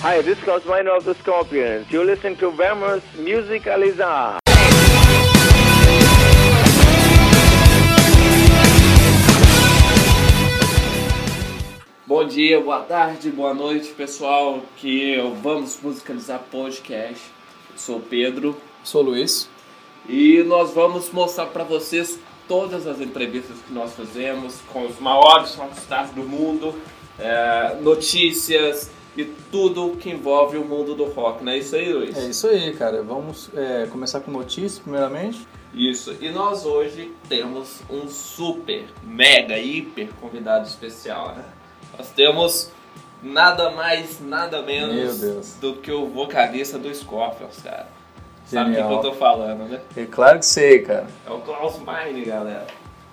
Hi, this is Cosmino of the Scorpions. You listen to Vermos Musicalizar. Bom dia, boa tarde, boa noite, pessoal, que eu vamos musicalizar podcast. Eu sou o Pedro Sou o Luiz. e nós vamos mostrar para vocês todas as entrevistas que nós fazemos com os maiores rockstars do mundo, é, notícias e tudo que envolve o mundo do rock, não é isso aí, Luiz? É isso aí, cara. Vamos é, começar com notícias, primeiramente. Isso. E nós hoje temos um super, mega, hiper convidado especial, né? Nós temos nada mais, nada menos Meu Deus. do que o vocalista do Scorpions, cara. Sabe o que, Genial. que eu tô falando, né? E É claro que sei, cara. É o Klaus Meine, galera.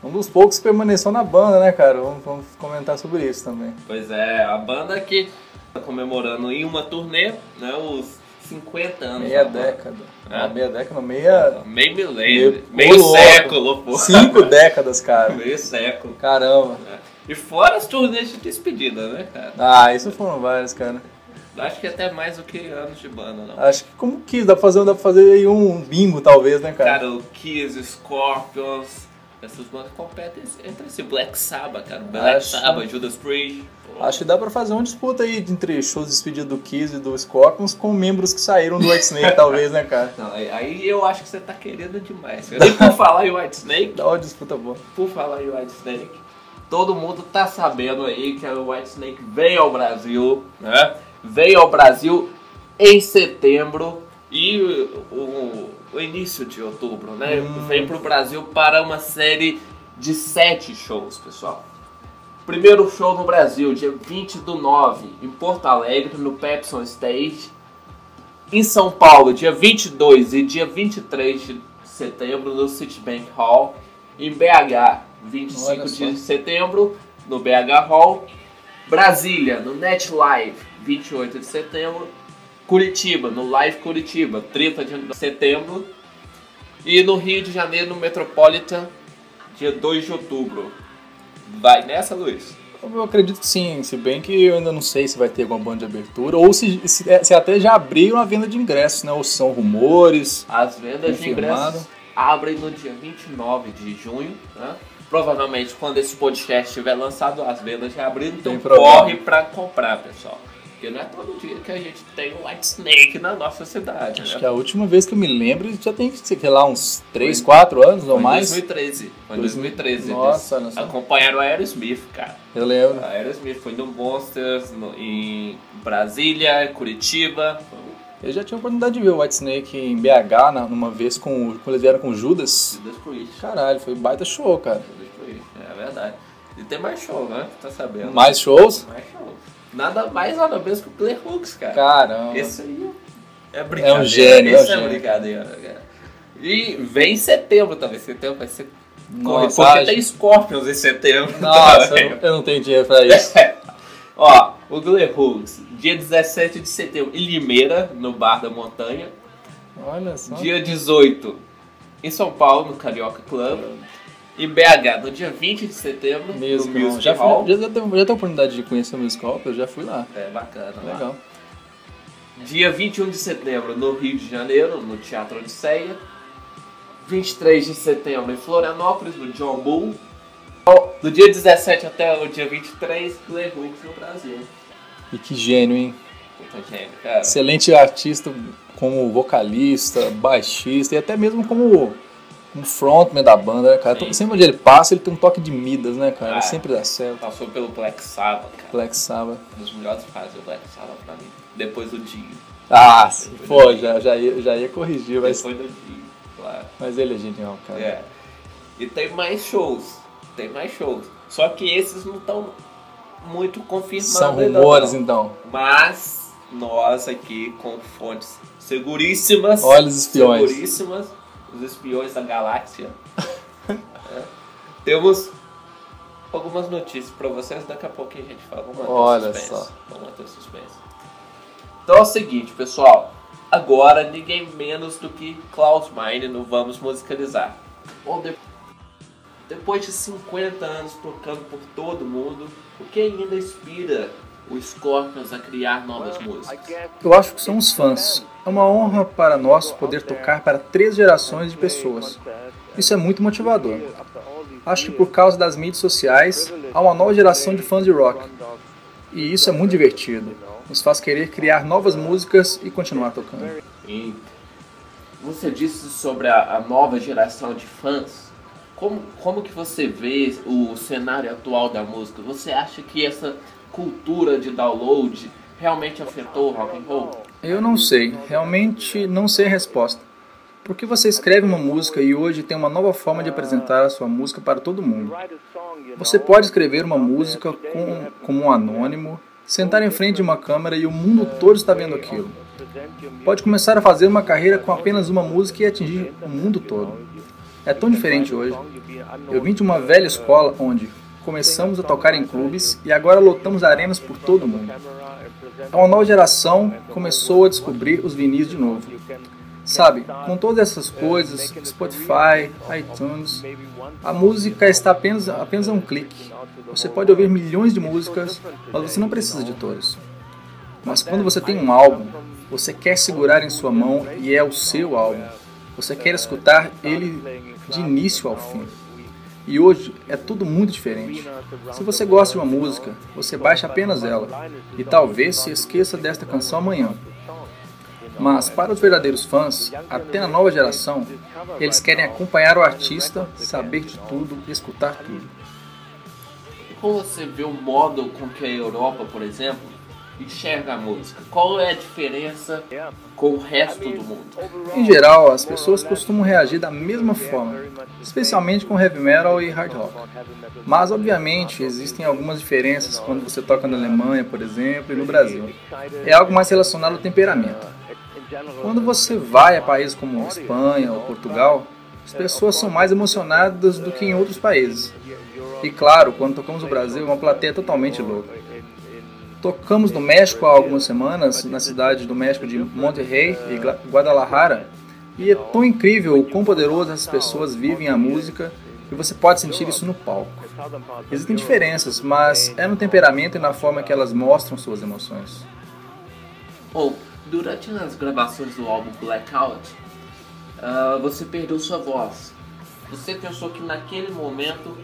Um dos poucos que permaneceu na banda, né, cara? Vamos, vamos comentar sobre isso também. Pois é, a banda que tá comemorando em uma turnê, né? Os 50 anos. Meia da banda. década. É. Não, meia década, não, meia. Meio milênio. Meio- Meio Ô, louco. século, pô. Cinco décadas, cara. Meio século. Caramba. E fora as turnês de despedida, né, cara? Ah, isso foram vários, cara. Acho que é até mais do que anos de banda, não. Acho que como que dá pra fazer, dá pra fazer aí um bingo, talvez, né, cara? Cara, o Kiss, Scorpions, essas bandas competem entre si. Black Sabbath, cara. Black Acho- Sabbath, Judas Priest. pô. Acho que dá pra fazer uma disputa aí entre shows de despedida do Kiss e do Scorpions com membros que saíram do X-Men, talvez, né, cara? Não, aí- aí eu acho que você tá querendo demais. cara. E por falar em White Snake, Dá uma disputa boa. por falar em White Snake, todo mundo tá sabendo aí que o White Snake veio ao Brasil, né? Veio ao Brasil em setembro e o, o- o início de outubro, né? Hum. Veio pro Brasil para uma série de sete shows, pessoal. Primeiro show no Brasil, dia 20 do 9, em Porto Alegre, no Pepsi Stage. Em São Paulo, dia 22 e dia 23 de setembro, no Citibank Hall. Em BH, 25 Olha só. de setembro, no BH Hall. Brasília, no Net Live, 28 de setembro. Curitiba, no Live Curitiba, 30 de setembro. E no Rio de Janeiro, no Metropolitan, dia 2 de outubro. Vai nessa, Luiz? Eu acredito que sim, se bem que eu ainda não sei se vai ter alguma banda de abertura, ou se, se, é, se até já abriram a venda de ingressos, né? Ou são rumores. As vendas de Confirmado. ingressos abrem no dia 29 de junho, né? Provavelmente quando esse podcast estiver lançado, as vendas já abriram, então Tem problema. corre pra comprar, pessoal. Porque não é todo dia que a gente tem o White Snake na nossa cidade, Acho né? que é a última vez que eu me lembro já tem, sei lá, uns 3, 4 anos ou Foi em mais. 2013. Foi em Dois- 2013. Nossa, eles olha só. acompanharam a Aerosmith, cara. Eu lembro. A Aerosmith foi no Monsters, no- em Brasília, Curitiba. um Eu já tinha a oportunidade de ver o Whitesnake em BH na- numa vez com, o- quando eles vieram com o Judas. Judas Priest. Caralho, foi baita show, cara. Judas Priest, é verdade. E tem mais show, né? Tá sabendo. Mais shows? Mais show. é Nada mais, nada menos que o Clay Hooks, cara. Caramba. Esse aí é brincadeira. É um gênio, é um Esse é, gênio. brincadeira, cara. E vem em setembro também. Setembro vai ser. Nossa, Porque acho- tem Scorpions em setembro. Nossa, também. eu não- eu não tenho dinheiro pra isso. Ó, o Glen Hughes, dia 17 de setembro, em Limeira, no Bar da Montanha. Olha só. Dia 18, em São Paulo, no Carioca Club. Em BH, no dia 20 de setembro, Mesmo, no Music já, Hall. fui, já, já, teve, já teve a oportunidade de conhecer o Musical, eu já fui lá. É bacana, né? Legal. Dia 21 de setembro, no Rio de Janeiro, no Teatro Odisseia. 23 de setembro, em Florianópolis, no John Bull. Ó, Do dia 17 até o dia 23, Glen Hughes no Brasil. E que gênio, hein? Puta gênio, cara. Excelente artista como vocalista, baixista e até mesmo como, como frontman da banda, né, cara? Sim. Sempre onde ele passa, ele tem um toque de Midas, né, cara? Ah. Sempre dá certo. Passou pelo Black Sabbath, cara. Black Sabbath. Uma das melhores fases do Black Sabbath pra mim. Depois do Dio. Ah, se- pô, já, já, ia, já ia corrigir, mas, Depois do Dio, claro. mas ele é genial, cara. É. E tem mais shows. Tem mais shows. Só que esses não estão muito confirmados. São ainda, rumores, não. então. Mas nós aqui com fontes seguríssimas. Olha os espiões. Seguríssimas. Os espiões da galáxia. É. Temos algumas notícias pra vocês. Daqui a pouco a gente fala. Vamos manter o Olha suspense. só. Vamos manter o suspense. Então é o seguinte, pessoal. Agora ninguém menos do que Klaus Meine no Vamos Musicalizar. Bom, de- depois de 50 anos tocando por todo mundo, o que ainda inspira o Scorpions a criar novas músicas. Eu acho que são os fãs. É uma honra para nós poder tocar para três gerações de pessoas. Isso é muito motivador. Acho que por causa das mídias sociais, há uma nova geração de fãs de rock. E isso é muito divertido. Nos faz querer criar novas músicas e continuar tocando. E você disse sobre a, a nova geração de fãs. Como, como que você vê o cenário atual da música? Você acha que essa cultura de download realmente afetou o rock and roll? Eu não sei, realmente não sei a resposta. Porque você escreve uma música e hoje tem uma nova forma de apresentar a sua música para todo mundo. Você pode escrever uma música com, como um anônimo, sentar em frente de uma câmera e o mundo todo está vendo aquilo. Pode começar a fazer uma carreira com apenas uma música e atingir o mundo todo. É tão diferente hoje. Eu vim de uma velha escola onde começamos a tocar em clubes e agora lotamos arenas por todo o mundo. A uma nova geração começou a descobrir os vinis de novo. Sabe, com todas essas coisas, Spotify, iTunes, a música está apenas, apenas a um clique. Você pode ouvir milhões de músicas, mas você não precisa de todas. Mas quando você tem um álbum, você quer segurar em sua mão e é o seu álbum. Você quer escutar ele de início ao fim. E hoje é tudo muito diferente. Se você gosta de uma música, você baixa apenas ela e talvez se esqueça desta canção amanhã. Mas para os verdadeiros fãs, até a nova geração, eles querem acompanhar o artista, saber de tudo, escutar tudo. E como você vê o modo com que a Europa, por exemplo, enxerga a música? Qual é a diferença com o resto do mundo? Em geral, as pessoas costumam reagir da mesma forma, especialmente com heavy metal e hard rock. Mas, obviamente, existem algumas diferenças quando você toca na Alemanha, por exemplo, e no Brasil. É algo mais relacionado ao temperamento. Quando você vai a países como Espanha ou Portugal, as pessoas são mais emocionadas do que em outros países. E claro, quando tocamos no Brasil, é uma plateia totalmente louca. Tocamos no México há algumas semanas, na cidade do México de Monterrey e Guadalajara, e é tão incrível o quão poderoso essas pessoas vivem a música e você pode sentir isso no palco. Existem diferenças, mas é no temperamento e na forma que elas mostram suas emoções. Bom, durante as gravações do álbum Blackout, uh, você perdeu sua voz. Você pensou que naquele momento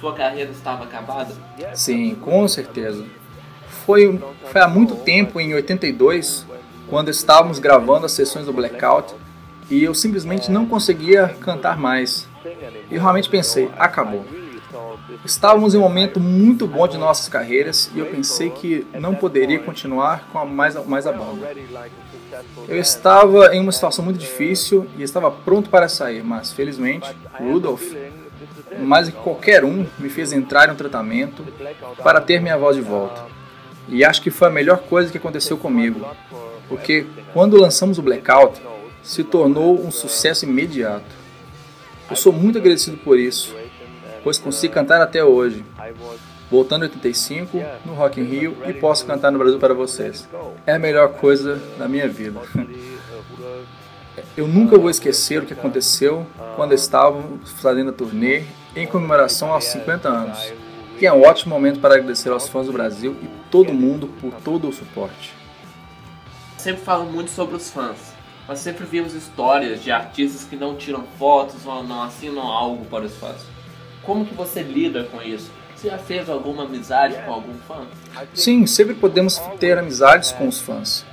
sua carreira estava acabada? Sim, com certeza foi, foi há muito tempo, em 82, quando estávamos gravando as sessões do Blackout e eu simplesmente não conseguia cantar mais. Eu realmente pensei, acabou. Estávamos em um momento muito bom de nossas carreiras e eu pensei que não poderia continuar com a mais, mais a banda. Eu estava em uma situação muito difícil e estava pronto para sair, mas felizmente Rudolph, mais que qualquer um, me fez entrar em um tratamento para ter minha voz de volta. E acho que foi a melhor coisa que aconteceu comigo, porque quando lançamos o Blackout, se tornou um sucesso imediato. Eu sou muito agradecido por isso, pois consigo cantar até hoje. Voltando em 85, no Rock in Rio e posso cantar no Brasil para vocês. É a melhor coisa da minha vida. Eu nunca vou esquecer o que aconteceu quando estávamos fazendo a turnê em comemoração aos 50 anos que é um ótimo momento para agradecer aos fãs do Brasil e todo mundo por todo o suporte. Sempre falo muito sobre os fãs, mas sempre vimos histórias de artistas que não tiram fotos ou não assinam algo para os fãs. Como que você lida com isso? Você já fez alguma amizade com algum fã? Sim, sempre podemos ter amizades com os fãs.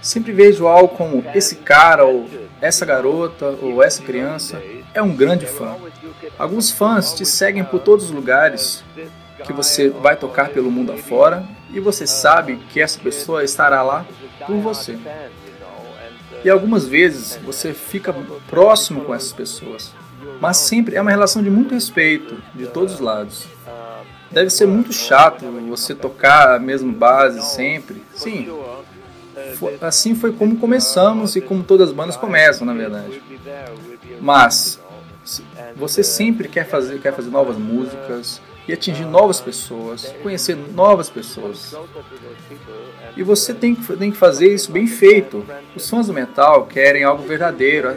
Sempre vejo algo como esse cara, ou essa garota, ou essa criança é um grande fã. Alguns fãs te seguem por todos os lugares, que você vai tocar pelo mundo afora e você sabe que essa pessoa estará lá por você. E algumas vezes você fica próximo com essas pessoas, mas sempre é uma relação de muito respeito de todos os lados. Deve ser muito chato você tocar a mesma base sempre. Sim, assim foi como começamos e como todas as bandas começam, na verdade. Mas você sempre quer fazer, quer fazer novas músicas, e atingir novas pessoas, conhecer novas pessoas. E você tem que, tem que fazer isso bem feito. Os fãs do metal querem algo verdadeiro.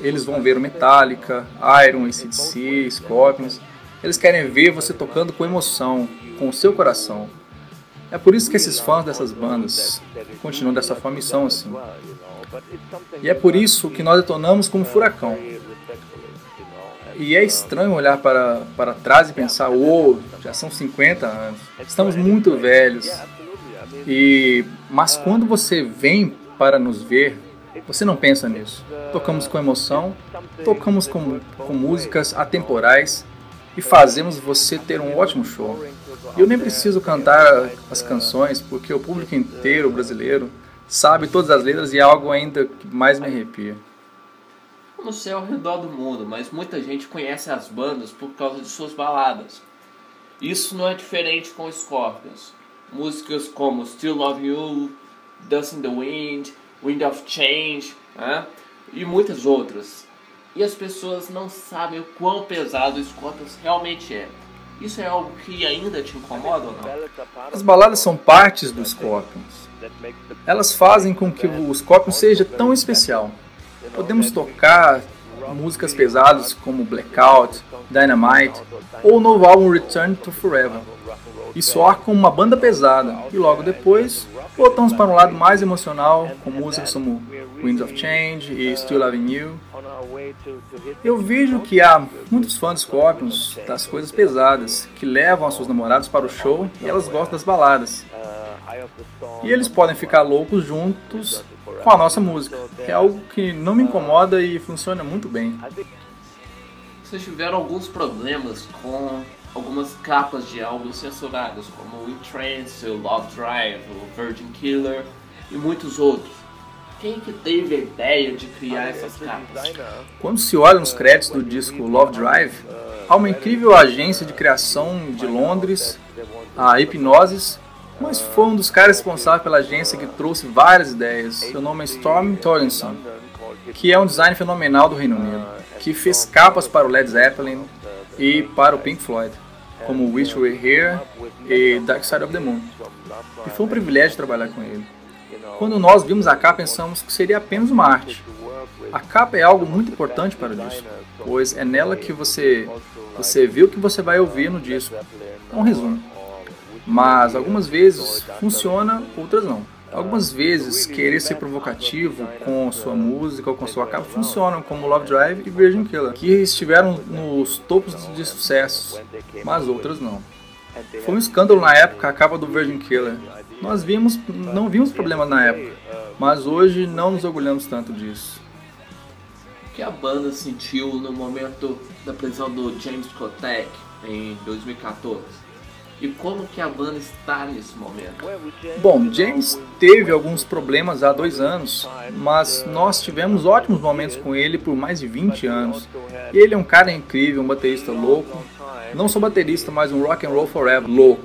Eles vão ver o Metallica, Iron, ACDC, Scorpions. Eles querem ver você tocando com emoção, com o seu coração. É por isso que esses fãs dessas bandas continuam dessa forma e são assim. E é por isso que nós detonamos como furacão. E é estranho olhar para, para trás e pensar, oh, já são 50 anos, estamos muito velhos. E mas quando você vem para nos ver, você não pensa nisso. Tocamos com emoção, tocamos com, com músicas atemporais e fazemos você ter um ótimo show. Eu nem preciso cantar as canções porque o público inteiro brasileiro sabe todas as letras e é algo ainda que mais me arrepia. Não sei ao redor do mundo, mas muita gente conhece as bandas por causa de suas baladas. Isso não é diferente com Scorpions. Músicas como Still Love You, Dust in the Wind, Wind of Change né? e muitas outras. E as pessoas não sabem o quão pesado o Scorpions realmente é. Isso é algo que ainda te incomoda ou não? As baladas são partes dos Scorpions. Elas fazem com que o Scorpions seja tão especial. Podemos tocar músicas pesadas como Blackout, Dynamite ou o novo álbum Return to Forever e soar como uma banda pesada. E logo depois, voltamos para um lado mais emocional, com músicas como Winds of Change e Still Loving You. Eu vejo que há muitos fãs de Scorpions das coisas pesadas, que levam as suas namoradas para o show e elas gostam das baladas. E eles podem ficar loucos juntos com a nossa música, que é algo que não me incomoda e funciona muito bem. Vocês tiveram alguns problemas com algumas capas de álbuns censuradas, como o Trance, o Love Drive, o Virgin Killer e muitos outros. Quem que teve a ideia de criar essas capas? Quando se olha nos créditos do disco Love Drive, há uma incrível agência de criação de Londres, a Hipnoses, mas foi um dos caras responsáveis pela agência que trouxe várias ideias. Seu nome é Storm Torrenson, que é um design fenomenal do Reino Unido, que fez capas para o Led Zeppelin, e para o Pink Floyd, como É, Ah, Wish We Were Here e Dark Side of the Moon. E foi um privilégio trabalhar com ele. Quando nós vimos a capa, pensamos que seria apenas uma arte. A capa é algo muito importante para o disco, pois é nela que você você vê o que você vai ouvir no disco. É um resumo. Mas algumas vezes funciona, outras não. Algumas vezes querer ser provocativo com sua música ou com sua capa funcionam, como Love Drive e Virgin Killer, que estiveram nos topos de sucessos, mas outras não. Foi um escândalo na época a capa do Virgin Killer. Nós vimos, não vimos problemas na época, mas hoje não nos orgulhamos tanto disso. O que a banda sentiu no momento da prisão do James Kotek em 2014? e como que a banda está nesse momento? Bom, James teve alguns problemas há dois anos, mas nós tivemos ótimos momentos com ele por mais de 20 anos. Ele é um cara incrível, um baterista louco, não só baterista, mas um rock and roll forever louco.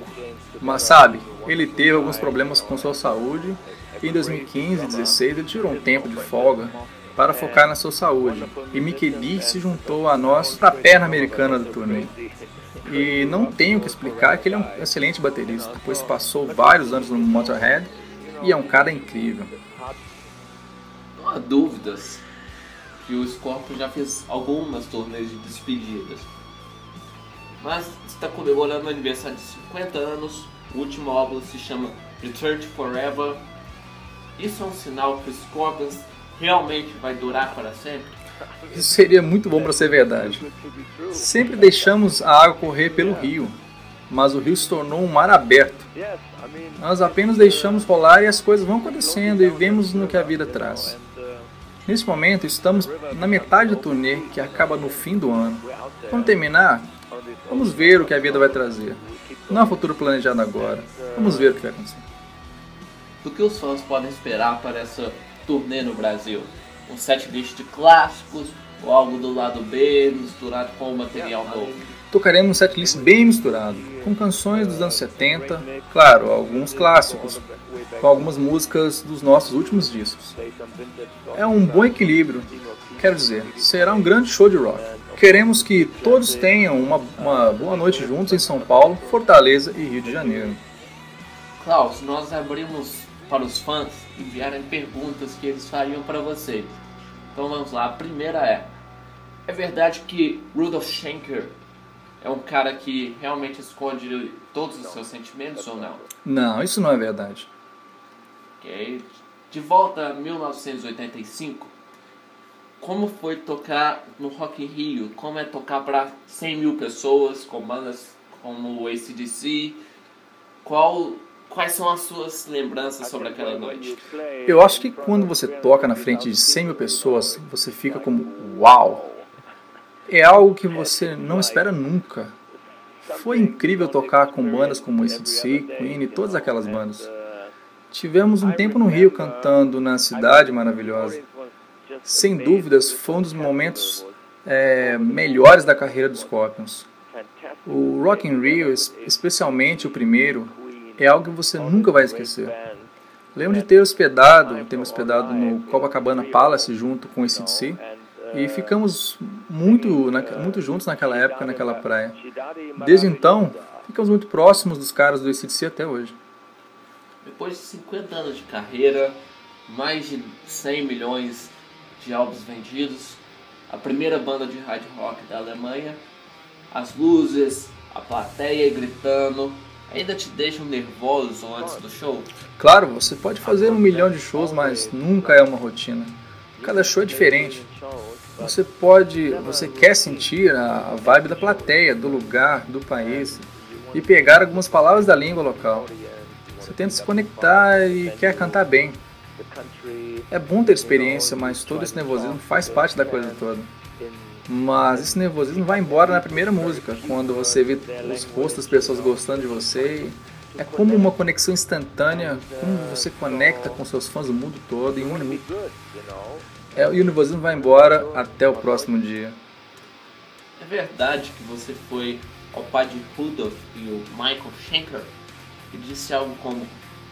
Mas sabe, ele teve alguns problemas com sua saúde e em 2015 e 2016 ele tirou um tempo de folga para focar na sua saúde. E Mickey D se juntou a nós para a perna americana do turnê e não tenho que explicar que ele é um excelente baterista, pois passou vários anos no Motorhead e é um cara incrível. Não há dúvidas que o Scorpion já fez algumas turnês de despedidas, mas está comemorando o aniversário de 50 anos, o último álbum se chama Return to Forever. Isso é um sinal que o Scorpion realmente vai durar para sempre? Isso seria muito bom para ser verdade. Sempre deixamos a água correr pelo rio, mas o rio se tornou um mar aberto. Nós apenas deixamos rolar e as coisas vão acontecendo e vemos no que a vida traz. Neste momento, estamos na metade do turnê que acaba no fim do ano. Quando terminar, vamos ver o que a vida vai trazer. Não há futuro planejado agora. Vamos ver o que vai acontecer. Do que os fãs podem esperar para essa turnê no Brasil? um setlist de clássicos ou algo do lado B misturado com o material novo? Tocaremos um setlist bem misturado, com canções dos anos 70, claro, alguns clássicos, com algumas músicas dos nossos últimos discos. É um bom equilíbrio, quero dizer, será um grande show de rock. Queremos que todos tenham uma, uma boa noite juntos em São Paulo, Fortaleza e Rio de Janeiro. Klaus, nós abrimos para os fãs enviarem perguntas que eles fariam para vocês. Então vamos lá, a primeira é: É verdade que Rudolf Schenker é um cara que realmente esconde todos os seus sentimentos ou não? Não, isso não é verdade. Ok. De volta a 1985, como foi tocar no Rock in Rio? Como é tocar para 100 mil pessoas, com bandas como o ACDC? Qual, quais são as suas lembranças sobre aquela noite? Eu acho que quando você toca na frente de 100 mil pessoas, você fica como uau! É algo que você não espera nunca. Foi incrível tocar com bandas como ACDC, Queen e todas aquelas bandas. Tivemos um tempo no Rio cantando na cidade maravilhosa. Sem dúvidas, foi um dos momentos é, melhores da carreira dos Scorpions. O Rock in Rio, especialmente o primeiro, é algo que você nunca vai esquecer. Lembro de ter hospedado, ter me hospedado no Copacabana Palace junto com o ACDC e ficamos muito, na, muito juntos naquela época, naquela praia. Desde então, ficamos muito próximos dos caras do ACDC até hoje. Depois de 50 anos de carreira, mais de 100 milhões de álbuns vendidos, a primeira banda de hard rock da Alemanha, as luzes, a plateia gritando, ainda te deixam nervoso antes do show? Claro, você pode fazer um milhão de shows, mas nunca é uma rotina. Cada show é diferente. Você pode, você quer sentir a a vibe da plateia, do lugar, do país e pegar algumas palavras da língua local. Você tenta se conectar e quer cantar bem. É bom ter experiência, mas todo esse nervosismo faz parte da coisa toda. Mas esse nervosismo vai embora na primeira música, quando você vê os rostos das pessoas gostando de você. É como uma conexão instantânea, como você conecta com seus fãs do mundo todo em um minuto. É, e o nervosismo vai embora até o próximo dia. É verdade que você foi ao pai de Rudolf e o Michael Schenker e disse algo como: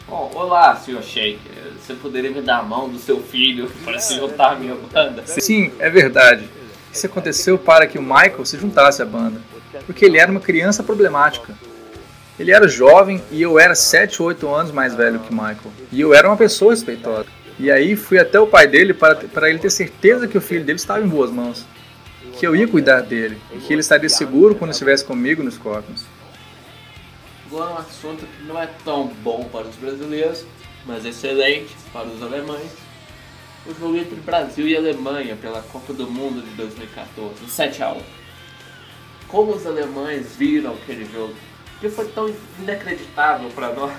"Ó, Olá, senhor Schenker, você poderia me dar a mão do seu filho para se juntar à tá, minha banda? Sim, é verdade. Isso aconteceu para que o Michael se juntasse à banda, porque ele era uma criança problemática. Ele era jovem e eu era 7 ou 8 anos mais velho que o Michael. E eu era uma pessoa respeitosa. E aí fui até o pai dele para, para ele ter certeza que o filho dele estava em boas mãos. Que eu ia cuidar dele e que ele estaria seguro quando estivesse comigo nos Scorpions. Agora um assunto que não é tão bom para os brasileiros, mas excelente para os alemães. O jogo entre Brasil e Alemanha pela Copa do Mundo de 2014, 7 a 1. Como os alemães viram aquele jogo? Que foi tão inacreditável para nós.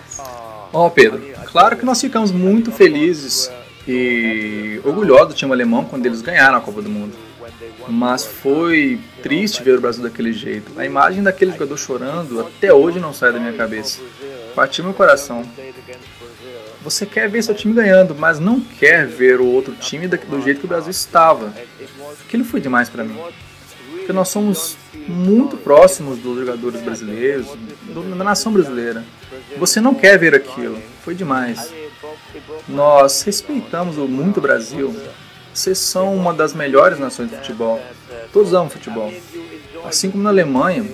Ó, Pedro, claro que nós ficamos muito felizes e orgulhosos do time alemão quando eles ganharam a Copa do Mundo. Mas foi triste ver o Brasil daquele jeito. A imagem daquele jogador chorando até hoje não sai da minha cabeça. Partiu meu coração. Você quer ver seu time ganhando, mas não quer ver o outro time da- do jeito que o Brasil estava. Aquilo foi demais para mim. Porque nós somos muito próximos dos jogadores brasileiros, do- da nação brasileira. Você não quer ver aquilo. Foi demais. Nós respeitamos o muito o Brasil. Vocês são uma das melhores nações de futebol. Todos amam futebol. Assim como na Alemanha,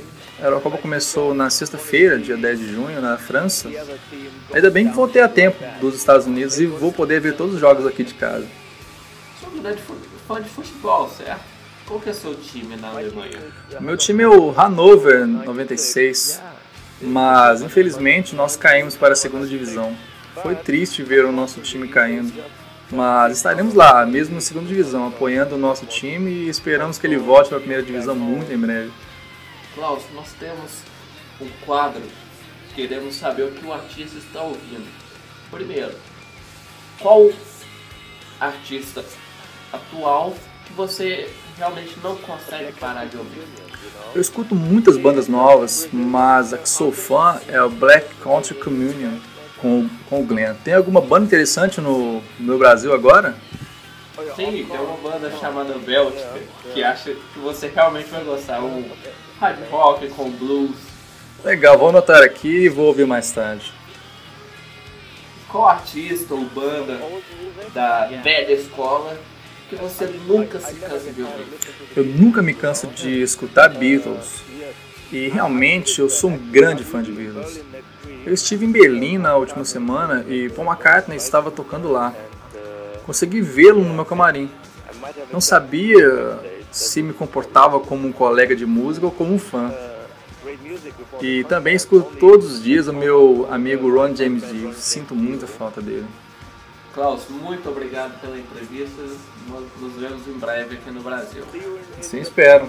a Eurocopa começou na sexta-feira, dia 10 de junho, na França. Ainda bem que voltei a tempo dos Estados Unidos e vou poder ver todos os jogos aqui de casa. Sou um grande fu- fã de futebol, certo? Qual que é o seu time na Alemanha? Meu time é um, o Hannover 96, mas infelizmente nós caímos para a segunda divisão. Foi triste ver o nosso time caindo, mas estaremos lá, mesmo na segunda divisão, apoiando o nosso time e esperamos que ele volte para a primeira divisão muito em breve. Klaus, nós temos um quadro. Queremos saber o que o artista está ouvindo. Primeiro, qual artista atual que você realmente não consegue parar de ouvir? Eu escuto muitas bandas novas, mas a que sou fã é o Black Country Communion com, com o Glenn. Tem alguma banda interessante no, no Brasil agora? Sim, tem uma banda chamada Belt que acha que você realmente vai gostar. Um hard rock com blues. Legal, vou anotar aqui e vou ouvir mais tarde. Qual artista ou banda da velha escola que você nunca se cansa de ouvir? Eu nunca me canso de escutar Beatles e realmente eu sou um grande fã de Beatles. Eu estive em Berlim na última semana e Paul McCartney estava tocando lá. Consegui vê-lo no meu camarim. Não sabia se me comportava como um colega de música ou como um fã. E também escuto todos os dias o meu amigo Ron James Dio. Sinto muita falta dele. Klaus, muito obrigado pela entrevista. Nós nos vemos em breve aqui no Brasil. Sim, espero.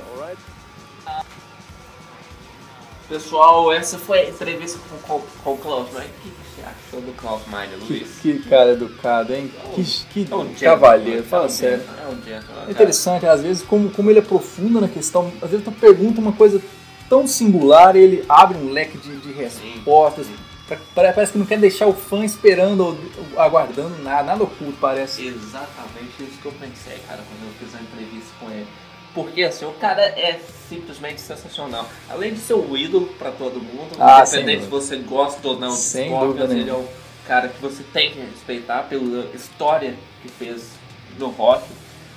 Pessoal, essa foi a entrevista com, com, com o Klaus Maia. O que você achou do Klaus Maia, Que, Luiz? que cara educado, hein? Que, que É um cavalheiro, gentleman, fala é um sério. gentleman, É um gentleman. É interessante, às vezes, como, como ele aprofunda na questão, às vezes tu pergunta uma coisa tão singular e ele abre um leque de, de respostas. pra- pra- Parece que não quer deixar o fã esperando ou ou aguardando nada, nada oculto, parece. Exatamente isso que eu pensei, cara, quando eu fiz a entrevista com ele. Porque assim, o cara é simplesmente sensacional. Além de ser um ídolo pra todo mundo, Ah, sem independente se você gosta ou não de Sem Scorpions, dúvida ele é um cara que você tem que respeitar pela história que fez no rock,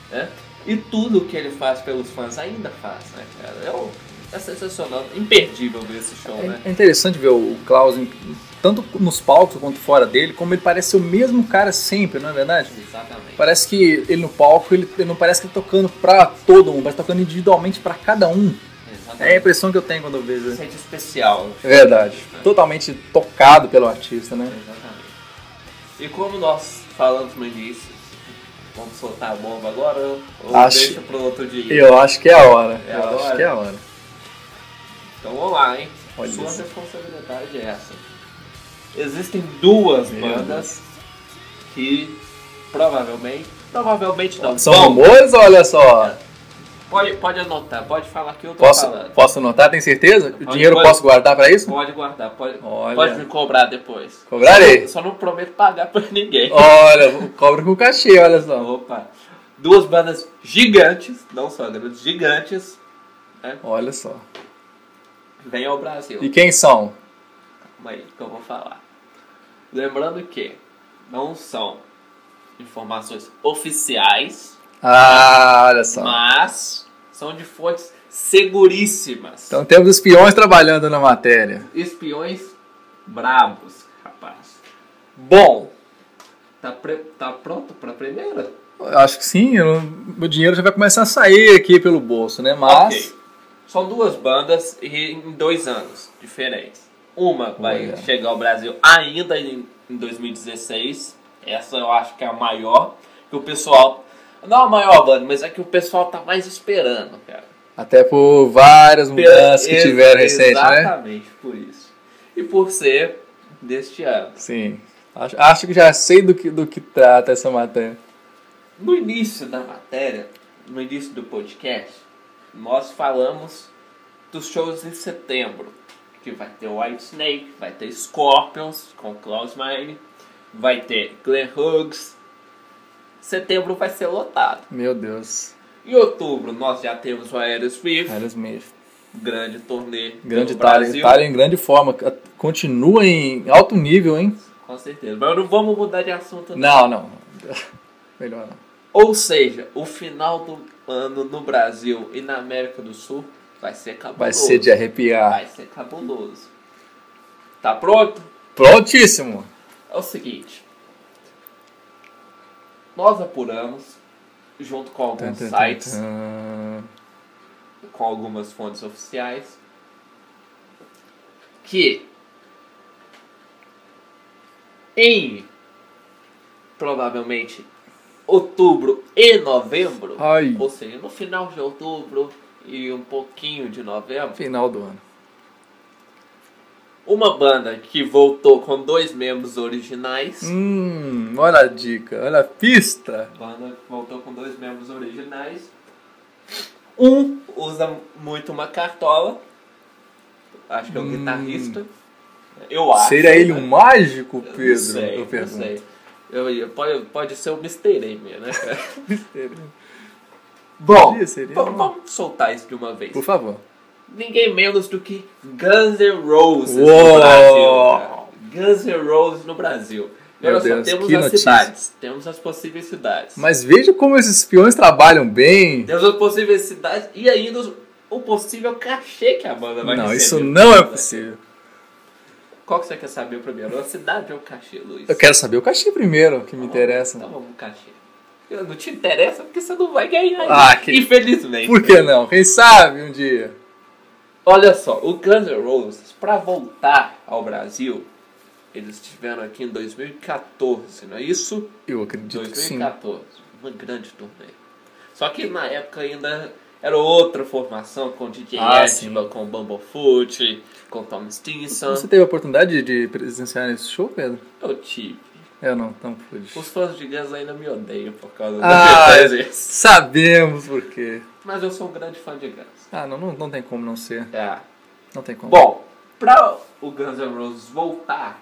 né? E tudo que ele faz pelos fãs ainda faz, né, cara? É, um- é sensacional, imperdível ver esse show, né? É, é interessante ver o Klaus, em- tanto nos palcos quanto fora dele, como ele parece ser o mesmo cara sempre, não é verdade? Exatamente. Parece que ele no palco, ele, ele não parece que ele tocando pra todo mundo, mas tocando individualmente pra cada um. É a Exatamente. impressão que eu tenho quando eu vejo ele. Sente especial. É Verdade. Totalmente tocado pelo artista, né? Exatamente. E como nós falamos no início, vamos soltar a bomba agora ou Acho- deixa pro outro dia? Eu acho que é a hora. É eu a hora? acho que é a hora. Então vamos lá, hein? Olha Sua isso. responsabilidade é essa. Existem duas Meu bandas que provavelmente. Provavelmente não. São Bom, rumores, olha só. pode, pode anotar, pode falar que eu tô Posso, falando. posso anotar, tem certeza? O Pode- dinheiro eu pode. posso guardar pra isso? Pode guardar, pode, Olha. pode me cobrar depois. Cobrarei. Só não prometo pagar pra ninguém. Olha, cobra com cachê, olha só. Opa! Duas bandas gigantes, não só grandes, gigantes, Olha só. vêm ao Brasil. E quem são? Calma aí que eu vou falar. Lembrando que não são informações oficiais, Ah, olha só. mas são de fontes seguríssimas. Então temos espiões trabalhando na matéria. Espiões brabos, rapaz. Bom, tá, pre- tá pronto pra primeira? Eu acho que sim, eu não- meu dinheiro já vai começar a sair aqui pelo bolso, né? Mas. Ok. São duas bandas e- em dois anos diferentes. Uma vai Olha. chegar ao Brasil ainda em em 2016. Essa eu acho que é a maior. Que o pessoal. Não a maior banda, mas é que o pessoal tá mais esperando, cara. Até por várias mudanças que Ex- tiveram recente, né? Exatamente por isso. E por ser deste ano. Sim. Acho, acho que já sei do que, do que trata essa matéria. No início da matéria, no início do podcast, nós falamos dos shows em setembro, que vai ter White Snake, vai ter Scorpions com Klaus Meine, vai ter Glenn Hughes. Setembro vai ser lotado. Meu Deus. Em outubro nós já temos o Aerosmith, Aerosmith. grande turnê Grande pelo Itália. Brasil. Itália em grande forma. Continua em alto nível, hein? Com certeza. Mas não vamos mudar de assunto. Não. Não, não. Melhor não. Ou seja, o final do ano no Brasil e na América do Sul vai ser cabuloso. Vai ser de arrepiar. Vai ser cabuloso. Tá pronto? Prontíssimo. É o seguinte. Nós apuramos, junto com alguns sites, Tum, com algumas fontes oficiais, que em provavelmente outubro e novembro, Ai. ou seja, no final de outubro e um pouquinho de novembro, Final do ano. Uma banda que voltou com dois membros originais. Hum, olha a dica. Olha a pista. Banda que voltou com dois membros originais. Um usa muito uma cartola. Acho que é um guitarrista. Eu acho. Hum. Seria ele né? um mágico, Eu não Pedro? sei, eu pergunto. Não sei. Eu- eu- pode, pode ser o Mr. Amy, né? Bom, Podia, seria vamos, uma- vamos soltar isso de uma vez. Por favor. Ninguém menos do que Guns N' Roses Uou! no Brasil. cara. Guns N' Roses no Brasil. E Meu olha só, Deus, temos que as notícia. cidades, temos as possíveis cidades. Mas veja como esses espiões trabalham bem. Temos as possíveis cidades e ainda os- o possível cachê que a banda vai Não, receber. isso não é possível. Qual que você quer saber primeiro? A cidade ou o cachê, Luiz? Eu quero saber o cachê primeiro, que me Então interessa. vamos, pro cachê. Eu- Não te interessa porque você não vai ganhar. Ah, isso. que- Infelizmente. Por que não? Quem sabe um dia. Olha só, o Guns N' Roses, para voltar ao Brasil, eles estiveram aqui em 2014, não é isso? Eu acredito que sim. 2014, uma grande turnê. Só que na época ainda era outra formação, com DJ Ah, Atila, com Bumblefoot, com Tom Stinson. Você teve a oportunidade de presenciar esse show, Pedro? Eu tive. Eu não, não pude. Os fãs de Guns ainda me odeiam por causa Ah, da minha Sabemos por quê. Mas eu sou um grande fã de Guns. Ah, não, não, não tem como não ser. É. Não tem como. Bom, para o Guns N' Roses voltar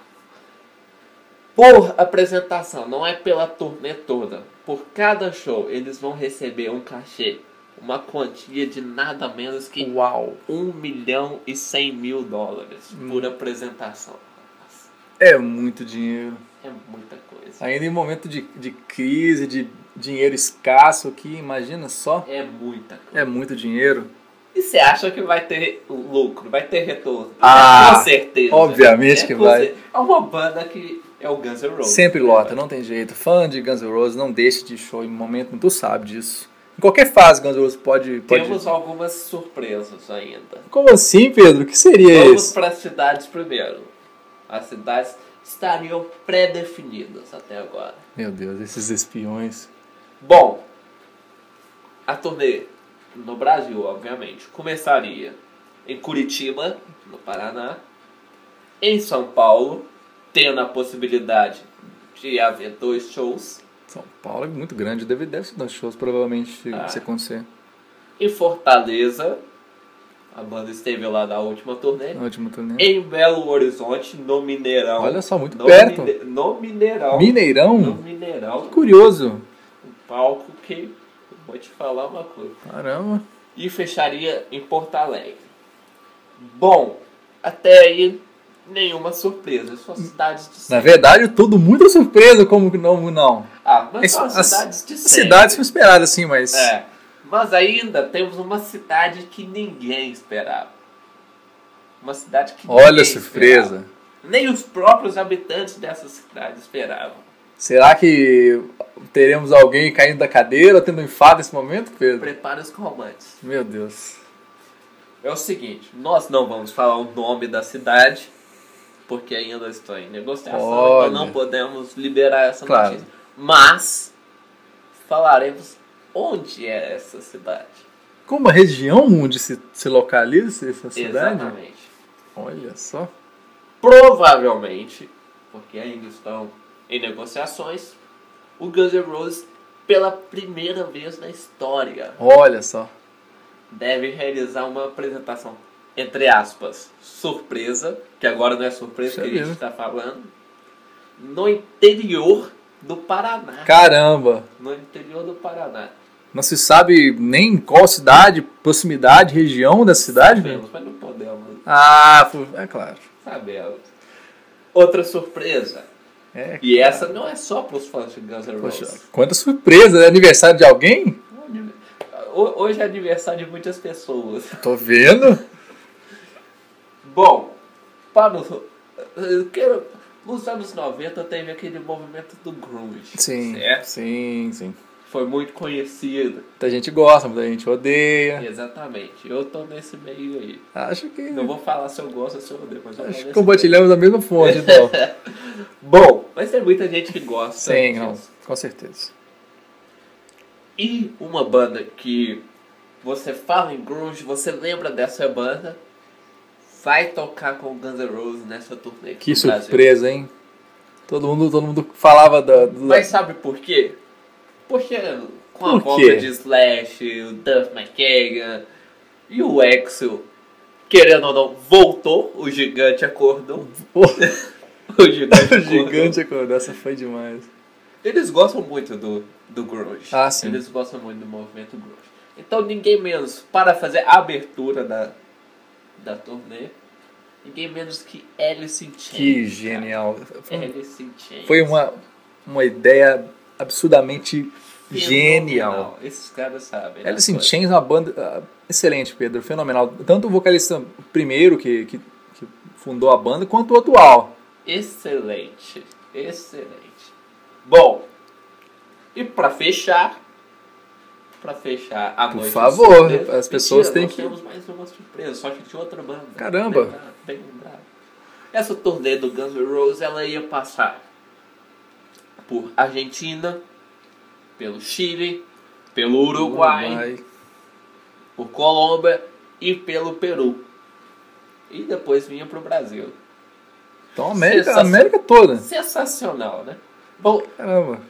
por apresentação, não é pela turnê toda, por cada show eles vão receber um cachê, uma quantia de nada menos que Uau. 1 milhão e 100 mil dólares Hum. por apresentação. Nossa, É muito dinheiro. É muita coisa. Ainda em momento de, de crise, de dinheiro escasso aqui, imagina só. É muita coisa. É muito dinheiro. E você acha que vai ter lucro, vai ter retorno? Ah, com certeza. obviamente que com vai. cer- É uma banda que é o Guns N' Roses. Sempre lota, não tem jeito. Fã de Guns N' Roses não deixa de show em momento nenhum, tu sabe disso. Em qualquer fase, Guns N' Roses pode. pode... Temos algumas surpresas ainda. Como assim, Pedro? O que seria Vamos isso? para as cidades primeiro. As cidades estariam pré-definidas até agora. Meu Deus, esses espiões. Bom, a turnê no Brasil, obviamente, começaria em Curitiba, no Paraná, em São Paulo, tendo a possibilidade de haver dois shows, São Paulo é muito grande, deve, deve ser dois shows, provavelmente, Ah. se acontecer. em Fortaleza, a banda esteve lá na última turnê, No último turnê. em Belo Horizonte, no Mineirão. Olha só, muito no perto. Mine- no Mineirão. No Mineirão? Mineirão, Curioso. um palco que vou te falar uma coisa. Caramba. E fecharia em Porto Alegre. Bom, até aí nenhuma surpresa. São cidades de Na sempre. verdade, todo mundo é surpreso como que não. não. Ah, mas As, são as as- cidades de as sempre. cidades são esperadas, assim, mas. É. Mas ainda temos uma cidade que ninguém esperava. Uma cidade que Olha ninguém a surpresa. esperava. Nem os próprios habitantes dessa cidade esperavam. Será que teremos alguém caindo da cadeira, tendo um enfado nesse momento, Pedro? Prepara os comandos. Meu Deus. É o seguinte, nós não vamos falar o nome da cidade, porque ainda estou em negociação, Olha. então não podemos liberar essa Claro. notícia. Mas falaremos onde é essa cidade. Como a região onde se, se localiza essa cidade? Exatamente. Olha só. Provavelmente, porque ainda estão em negociações, o Guns N' Roses, pela primeira vez na história, Olha só. deve realizar uma apresentação, entre aspas, surpresa, que agora não é surpresa que a Sabia. gente está falando, no interior do Paraná. Caramba. No interior do Paraná. Não se sabe nem qual cidade, proximidade, região da cidade, velho? Sabemos, mas não podemos, Ah, fu- é claro. sabemos. Outra surpresa. É. E essa não é só para os fãs de Guns N' Poxa, Roses. quanta surpresa. É aniversário de alguém? Ho- Hoje é aniversário de muitas pessoas. Tô vendo. Bom, para os, eu quero- nos anos 90 teve aquele movimento do grunge. Sim, certo? sim, sim. Foi muito conhecido. Muita gente gosta, muita gente odeia. Exatamente. Eu tô nesse meio aí. Acho que, Não vou falar se eu gosto ou se eu odeio, mas eu tô acho que nesse compartilhamos a mesma fonte, então. meio. Bom, então, mas tem muita gente que gosta Sim, não, disso. com certeza. E uma banda que você fala em grunge, você lembra dessa banda, vai tocar com o Guns N' Roses nessa turnê. aqui Que no Brasil. surpresa, hein? Todo mundo, todo mundo falava da. do- Mas sabe por quê? Porque com a Por volta quê? de Slash, o Duff McKagan e o Axel, querendo ou não, voltou, o gigante acordou. Pô, O gigante, o acordou. gigante acordou, essa foi demais. Eles gostam muito do, do grunge. Ah, sim. Eles gostam muito do movimento grunge. Então ninguém menos, para fazer a abertura da, da turnê, ninguém menos que É. Alice in Chains. Que cara. genial. Foi, Alice in Chains. foi uma, uma ideia absurdamente genial. Fenomenal. Esses caras sabem. né, Alice in coisa? Chains é uma banda ah, excelente, Pedro, fenomenal. Tanto o vocalista primeiro que, que, que fundou a banda, quanto o atual. Excelente, excelente. Bom, e pra fechar, pra fechar a Por noite. favor, de sexta. as pessoas Mentira, têm nós que- Temos mais uma surpresa, só que de outra banda. Caramba. Bem lembrado, bem lembrado. Essa turnê do Guns N' Roses ela ia passar por Argentina, pelo Chile, pelo Uruguai por Colômbia e pelo Peru. E depois vinha pro Brasil. Então, América, Sensacional. América toda. Sensacional, né? Bom, Caramba.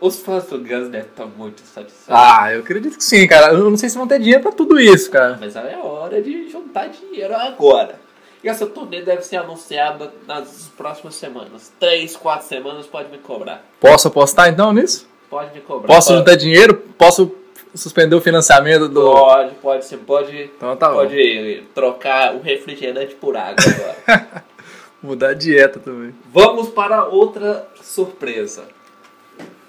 os fãs do Guns devem estar muito satisfeitos. Ah, eu acredito que sim, cara. Eu não sei se vão ter dinheiro pra tudo isso, cara. Mas é hora de juntar dinheiro agora. E essa turnê deve ser anunciada nas próximas semanas. Três, quatro semanas, pode me cobrar. Posso apostar então nisso? Pode me cobrar. Posso pode, juntar dinheiro? Posso suspender o financiamento do. Pode, pode, você pode, Então tá bom. pode trocar o refrigerante por água agora. Mudar a dieta também. Vamos para outra surpresa.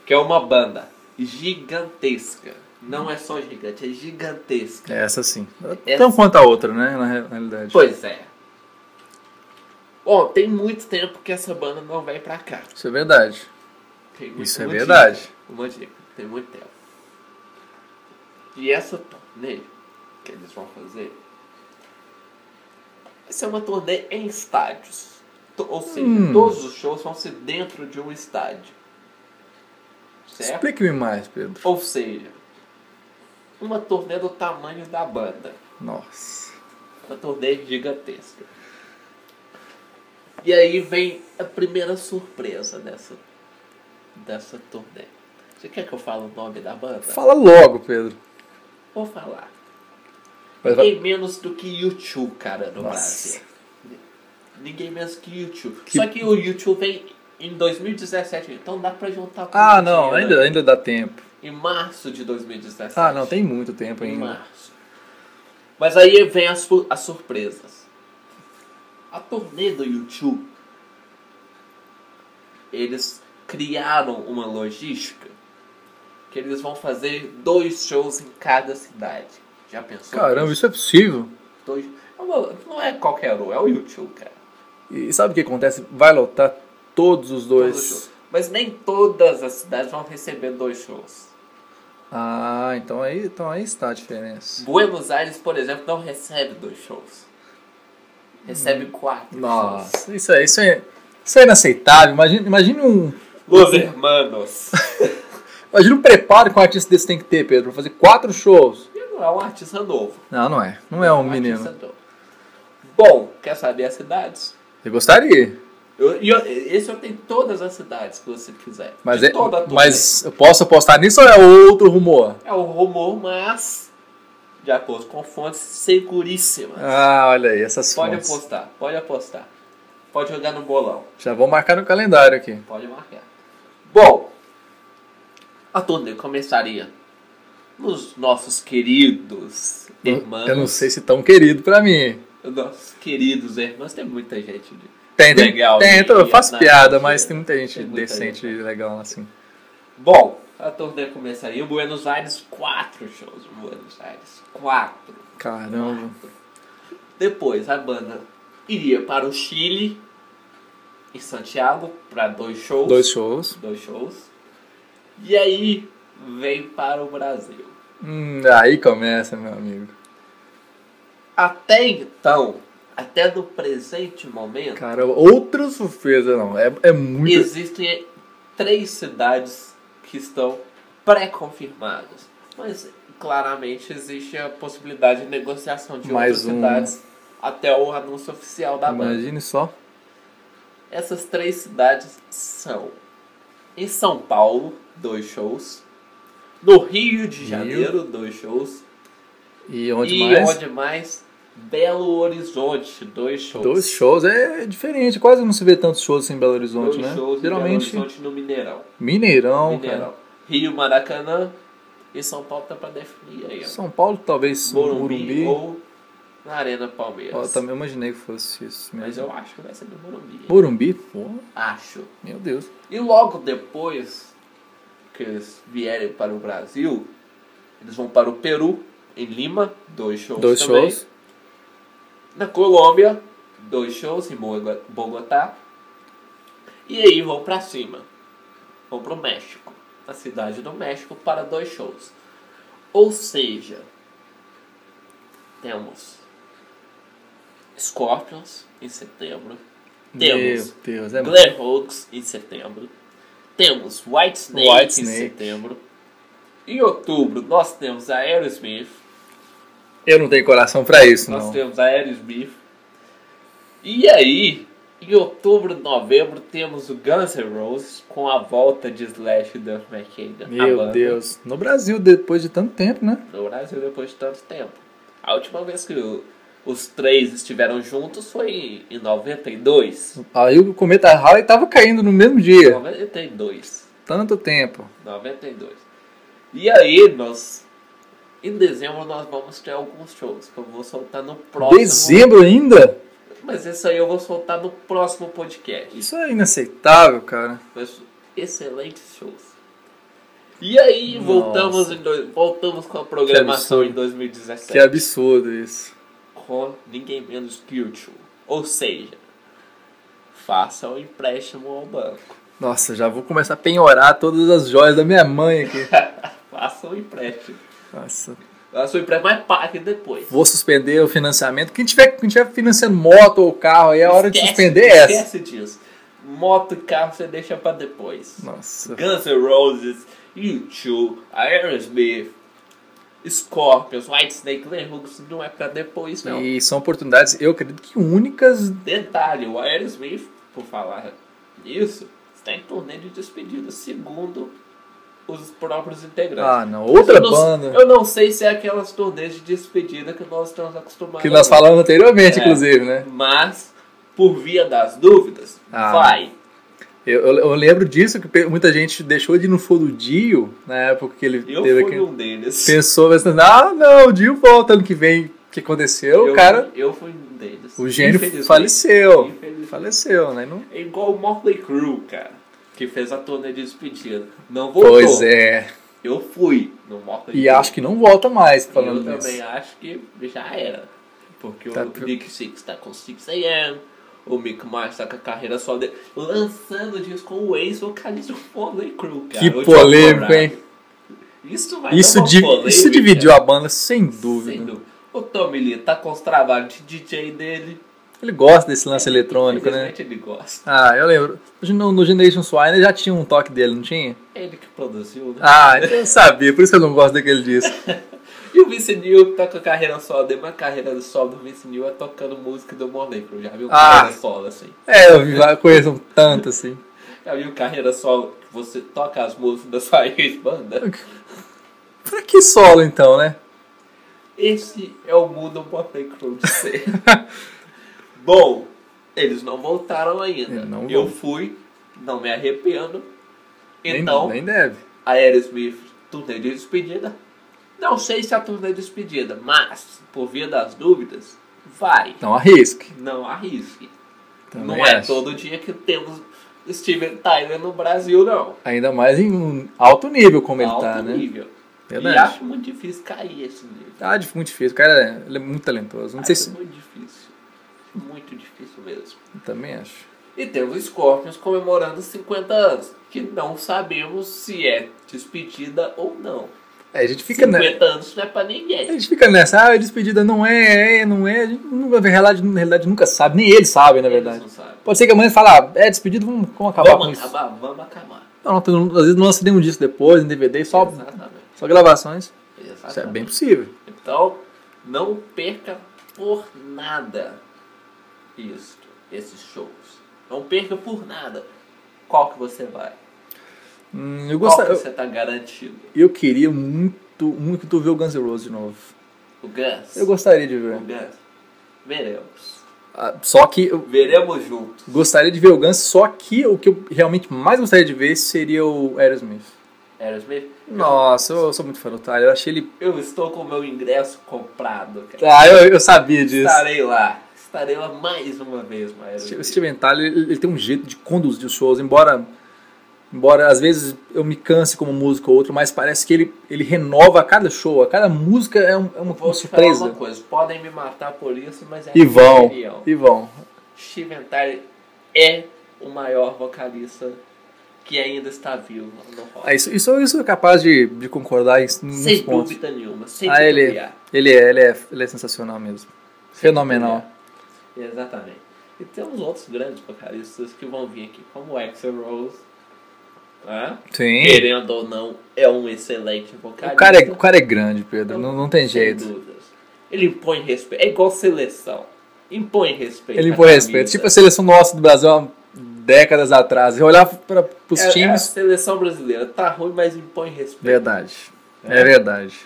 Que é uma banda gigantesca. Não é só gigante, é gigantesca. Essa sim. Essa- Tão quanto a outra, né? Na re- realidade. Pois é. Ó, tem muito tempo que essa banda não vem pra cá. Isso é verdade. Tem muito- Isso é um monte de- verdade. um monte de- tem muito tempo. E essa turnê que eles vão fazer vai ser uma turnê em estádios. To- Ou seja, Hum. todos os shows vão ser dentro de um estádio. Certo? Explique-me mais, Pedro. Ou seja, uma turnê do tamanho da banda. Nossa. Uma turnê gigantesca. E aí vem a primeira surpresa dessa, dessa turnê. Você quer que eu fale o nome da banda? Fala logo, Pedro. Vou falar. Mas vai- Ninguém menos do que YouTube, cara, no Nossa. Brasil. Ninguém menos que YouTube. Que- Só que o YouTube vem em 2017, então dá pra juntar com Ah, o não, dinheiro ainda, ainda dá tempo. Em março de 2017. Ah, não, tem muito tempo em ainda. março. Mas aí vem as, sur- as surpresas. A turnê do YouTube, eles criaram uma logística que eles vão fazer dois shows em cada cidade. Já pensou? Caramba, isso é possível. Dois- é uma- não é qualquer um, é o YouTube, cara. E sabe o que acontece? Vai lotar todos os Todos dois. os shows. Mas nem todas as cidades vão receber dois shows. Ah, então aí, então aí está a diferença. Buenos Aires, por exemplo, não recebe dois shows. Recebe quatro shows. Hum. Nossa, isso é, isso é, isso é inaceitável. Imagina, imagine um. Los Hermanos. Imagina um preparo que um artista desse tem que ter, Pedro, pra fazer quatro shows. E não é um artista novo. Não, não é. Não é um Artista menino. novo. Bom, quer saber as cidades? Eu gostaria. Eu, e eu- esse eu tenho todas as cidades que você quiser. Mas, De é, toda a turnê. mas eu posso apostar nisso ou é outro rumor? É o rumor, mas... De acordo com fontes seguríssimas. Ah, olha aí, essas pode fontes. apostar, pode apostar. Pode jogar no bolão. Já vou marcar no calendário aqui. Pode marcar. Bom, a turnê começaria nos nossos queridos irmãos. Eu não sei se tão querido pra mim. Nossos queridos irmãos. Tem muita gente né? de... Tem, tem, Legal, tem, e- então eu e faço na- piada, mas tem muita gente tem muita decente gente. e legal assim. Bom, a turnê começaria em Buenos Aires, quatro shows em Buenos Aires. Quatro. Caramba. Depois a banda iria para o Chile, em Santiago, para dois shows. Dois shows. Dois shows. E aí vem para o Brasil. Hum, aí começa, meu amigo. Até então, até no presente momento, Cara, outra surpresa, não. É, é muito. existem três cidades que estão pré-confirmadas. Mas claramente existe a possibilidade de negociação de Mais um. outras uma. cidades até o anúncio oficial da banda. Imagine só. Essas três cidades são em São Paulo, dois shows. No Rio de Rio. Janeiro, dois shows. E onde e mais? onde mais? Belo Horizonte, dois shows. Dois shows. É, é diferente. Quase não se vê tantos shows assim em Belo Horizonte, Dois né? shows em Geralmente, Belo Horizonte no Mineirão. Mineirão, Mineirão. cara. Rio, Maracanã e São Paulo tá pra definir aí. ó. São Paulo, talvez Morumbi, Morumbi. ou na Arena Palmeiras. Eu também imaginei que fosse isso Mas mesmo. eu acho que vai ser do Morumbi. hein? Morumbi? Pô, Acho. meu Deus. E logo depois que eles vierem para o Brasil, eles vão para o Peru, em Lima, dois shows Dois também. shows. Na Colômbia, dois shows em Bogo- Bogotá. E aí vão pra cima. Vão pro México. Na cidade do México para dois shows. Ou seja, temos Scorpions em setembro, temos Meu Deus, é muito. Blair Hawks em setembro, temos White Snake em Whitesnake. setembro. Em outubro nós temos a Aerosmith, Eu não tenho coração pra isso, nós não. temos a Aerosmith. E aí, em outubro, novembro, temos o Guns N' Roses com a volta de Slash e Duff McKagan. a Meu banda. Deus. No Brasil, depois de tanto tempo, né? no Brasil depois de tanto tempo. A última vez que o- os três estiveram juntos foi em 92. Aí o cometa Halley tava caindo no mesmo dia. 92. Tanto tempo. 92. E aí, nós. Em dezembro nós vamos ter alguns shows que eu vou soltar no próximo. Dezembro ainda? Mas isso aí eu vou soltar no próximo podcast. Isso é inaceitável, cara. Mas excelentes shows. E aí, Nossa. voltamos, em dois- voltamos com a programação absurdo. em 2017. Que absurdo isso. com ninguém menos que o tio. Ou seja, faça o empréstimo ao banco. Nossa, já vou começar a penhorar todas as joias da minha mãe aqui. faça o empréstimo. Nossa. Faça o empréstimo, mas pague depois. Vou suspender o financiamento. Quem tiver, quem tiver financiando moto ou carro aí, a hora de suspender é essa. Esquece disso. Moto e carro você deixa pra depois. Nossa. Guns N' Roses, U2, Aerosmith, Scorpions, Whitesnake, Len Hooks não é pra depois, não. E são oportunidades, eu acredito que únicas. Detalhe, o Aerosmith, por falar nisso, está em turnê de despedida, segundo os próprios integrantes. Ah, não. Outra eu não, banda Eu não sei se é aquelas turnês de despedida que nós estamos acostumados. que nós falamos anteriormente, É. inclusive, né? Mas, por via das dúvidas, Ah. vai. Eu, eu- eu lembro disso que pe- muita gente deixou de ir no show do Dio, na época que ele Eu teve fui aquele. um deles. Pensou, mas ah, não, o Dio volta ano que vem. O que aconteceu? eu, o cara, eu fui um deles. o gênio Infelizmente. faleceu. Infelizmente. Faleceu, né? Não... É igual o Motley Crue, cara, que fez a turnê de despedida. Não voltou. Pois é. Eu fui no Motley E Crue. acho que não volta mais, Eu falando também nisso. acho que já era. Porque Tá o pior. Nick Six tá com 6 AM, o Mick Mars tá com a carreira só dele, lançando disco com o ex-vocalista do Foley Crew, cara. Que O John polêmico, Bonham. hein? Isso vai dar Isso, uma di- polêmica. isso dividiu a banda, sem dúvida. Sem dúvida. O Tommy Lee tá com os trabalhos de DJ dele. Ele gosta desse É, lance eletrônico, né? Infelizmente ele gosta. Ah, eu lembro. No, no Generation Swine já tinha um toque dele, não tinha? Ele que produziu, né? Ah, então eu sabia, por isso que eu não gosto daquele disco. E o Vince Neil que tá com a carreira solo dele, mas a carreira solo do Vince Neil é tocando música do Morley Crew. Já viu? Ah. Carreira solo, assim. É, eu vi- eu conheço um tanto assim. Já viu carreira solo que você toca as músicas da sua ex-banda? Pra que solo então, né? Esse é o mundo Motley Crue de ser. Bom, eles não voltaram ainda. Eles não Eu vão. fui, não me arrependo. Nem- Então, Nem, deve. a Aerosmith, turnê de despedida. Não sei se é a turnê de despedida, mas, por via das dúvidas, vai. Então arrisque. Não arrisque. Também não é acho. todo dia que temos Steven Tyler no Brasil, não. Ainda mais em um alto nível como ele Alto tá, né? nível. Verdade. E acho muito difícil cair esse nível. Tá dif- muito difícil, o cara é, ele é muito talentoso. Não sei Acho se. muito difícil. Muito difícil mesmo. Eu também acho. E temos os Scorpions comemorando 50 anos, que não sabemos se é despedida ou não. É, a gente fica, né? 50 anos não é pra A ninguém. gente fica nessa, ah, despedida não é, é, não é. A gente nunca, na realidade, na realidade nunca sabe, nem eles sabem, na Eles verdade. não sabem. Pode ser que amanhã fale, ah, é despedido, vamos, vamos acabar com Vamos isso. acabar, vamos acabar. Não, não, todo mundo- às vezes não lança nenhum disco depois, em DVD, só, Exatamente. só gravações. Isso é Exatamente. bem possível. Então, não perca por nada isto, esses shows. Não perca por nada. Qual que você vai? Hum, eu, Qual que gostaria, eu, você tá garantido? eu queria muito, muito ver o Guns N' Roses de novo. O Guns? Eu gostaria de O ver. Guns? Veremos. Ah, Só que eu Veremos juntos. gostaria de ver o Guns, só que o que eu realmente mais gostaria de ver seria o Aerosmith. Aerosmith? Nossa, eu sou muito fã do Tyler, eu achei ele... Eu estou com o meu ingresso comprado, cara. Ah, eu, eu sabia disso. Estarei lá. Estarei lá mais uma vez, mas O Steven Tyler, ele ele tem um jeito de conduzir os shows, embora embora às vezes eu me canse como música ou outra, mas parece que ele, ele renova a cada show, a cada música é, um- é uma, Vou uma te falar surpresa. uma coisa. Podem me matar por isso, mas é a E minha vão, opinião. e vão. Steven Tyler é o maior vocalista que ainda está vivo no rock. Ah, isso, isso, isso é capaz de, de concordar em muitos sem pontos. dúvida nenhuma, sem ah, ele, titubear. ele, é, ele, é, ele é sensacional mesmo. Fenomenal. Exatamente. E temos outros grandes vocalistas que vão vir aqui, como o Axel Rose. né? Sim. Querendo ou não, é um excelente vocalista. Então, O cara, é, o cara é grande, Pedro. Não, não tem Sem jeito. dúvidas. Ele impõe respeito. É igual seleção. Impõe respeito. Ele à impõe camisa. respeito. Tipo a seleção nossa do Brasil há décadas atrás. Eu olhar para os É- é a times. seleção brasileira tá ruim, mas impõe respeito. Verdade. É, verdade.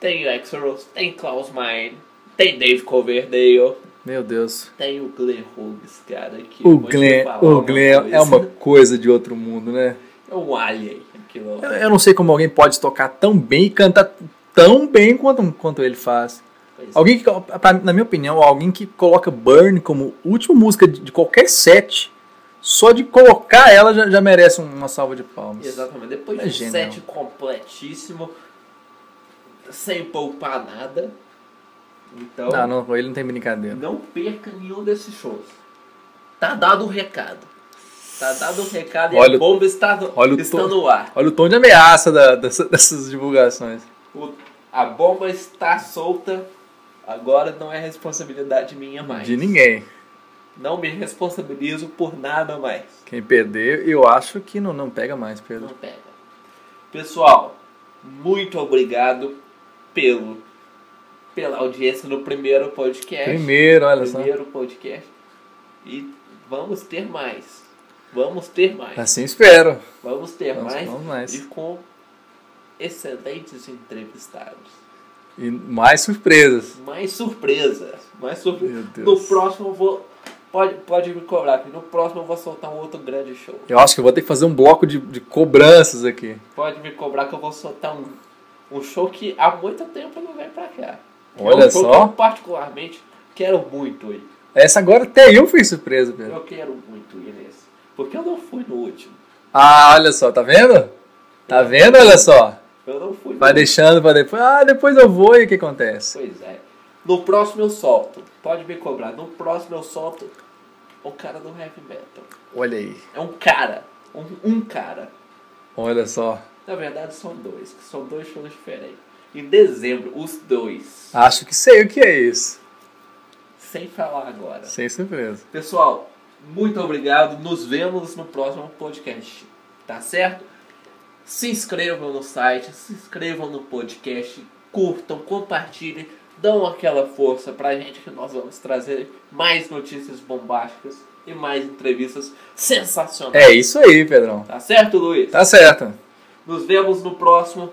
Tem o Axl Rose, tem Klaus Meine, tem Dave Coverdale, Meu Deus. tem o Glenn Hughes, cara. Que O eu vou te Glenn, falar o Glenn coisa. é uma coisa de outro mundo, né? É um alien aquilo. Eu, eu não sei como alguém pode tocar tão bem e cantar tão bem quanto, quanto ele faz. Pois é. Alguém que, pra- na minha opinião, alguém que coloca Burn como última música de, de qualquer set, só de colocar ela já, já merece uma salva de palmas. Exatamente. Depois É de um genial. set completíssimo, sem poupar nada. Então, Não, não, não, com ele não tem brincadeira. perca nenhum desses shows. Tá dado o recado. Tá dado o recado e Olha a o- bomba está, no- olha o está tom. no ar. Olha o tom de ameaça da- dessa- dessas divulgações. O- a bomba está solta. Agora não é responsabilidade minha mais. De ninguém. Não me responsabilizo por nada mais. Quem perder, eu acho que não, não pega mais, Pedro. Não pega. Pessoal, muito obrigado pelo pela audiência no primeiro podcast. Primeiro, olha só. É. Primeiro podcast. E vamos ter mais. Vamos ter mais. Assim espero. Vamos ter Vamos- mais. vamos mais. E com excelentes entrevistados. E mais surpresas. Mais surpresas. Mais surpresas. Meu Deus. No próximo eu vou. Pode, pode me cobrar, que no próximo eu vou soltar um outro grande show. Eu acho que eu vou ter que fazer um bloco de, de cobranças aqui. Pode me cobrar que eu vou soltar um, um show que há muito tempo não vem pra cá. Olha é um show só. Que eu particularmente quero muito ir. Essa agora até eu fui surpresa, Pedro. Eu quero muito ir nesse. Porque eu não fui no último. Ah, olha só, tá vendo? Tá vendo? Olha só. Eu não fui Vai no deixando pra depois. Ah, depois eu vou e o que acontece? Pois é. No próximo eu solto. Pode me cobrar. No próximo eu solto o cara do heavy metal. Olha aí. É um cara. Um, um cara. Olha só. Na verdade são dois. que São dois shows diferentes. Em dezembro, os dois. Acho que sei o que é isso. Sem falar agora. Sem surpresa. Pessoal, muito obrigado. Nos vemos no próximo podcast. Tá certo? Se inscrevam no site, se inscrevam no podcast, curtam, compartilhem, dão aquela força pra gente que nós vamos trazer mais notícias bombásticas e mais entrevistas sensacionais. É isso aí, Pedrão. Tá certo, Luiz? Tá certo. Nos vemos no próximo.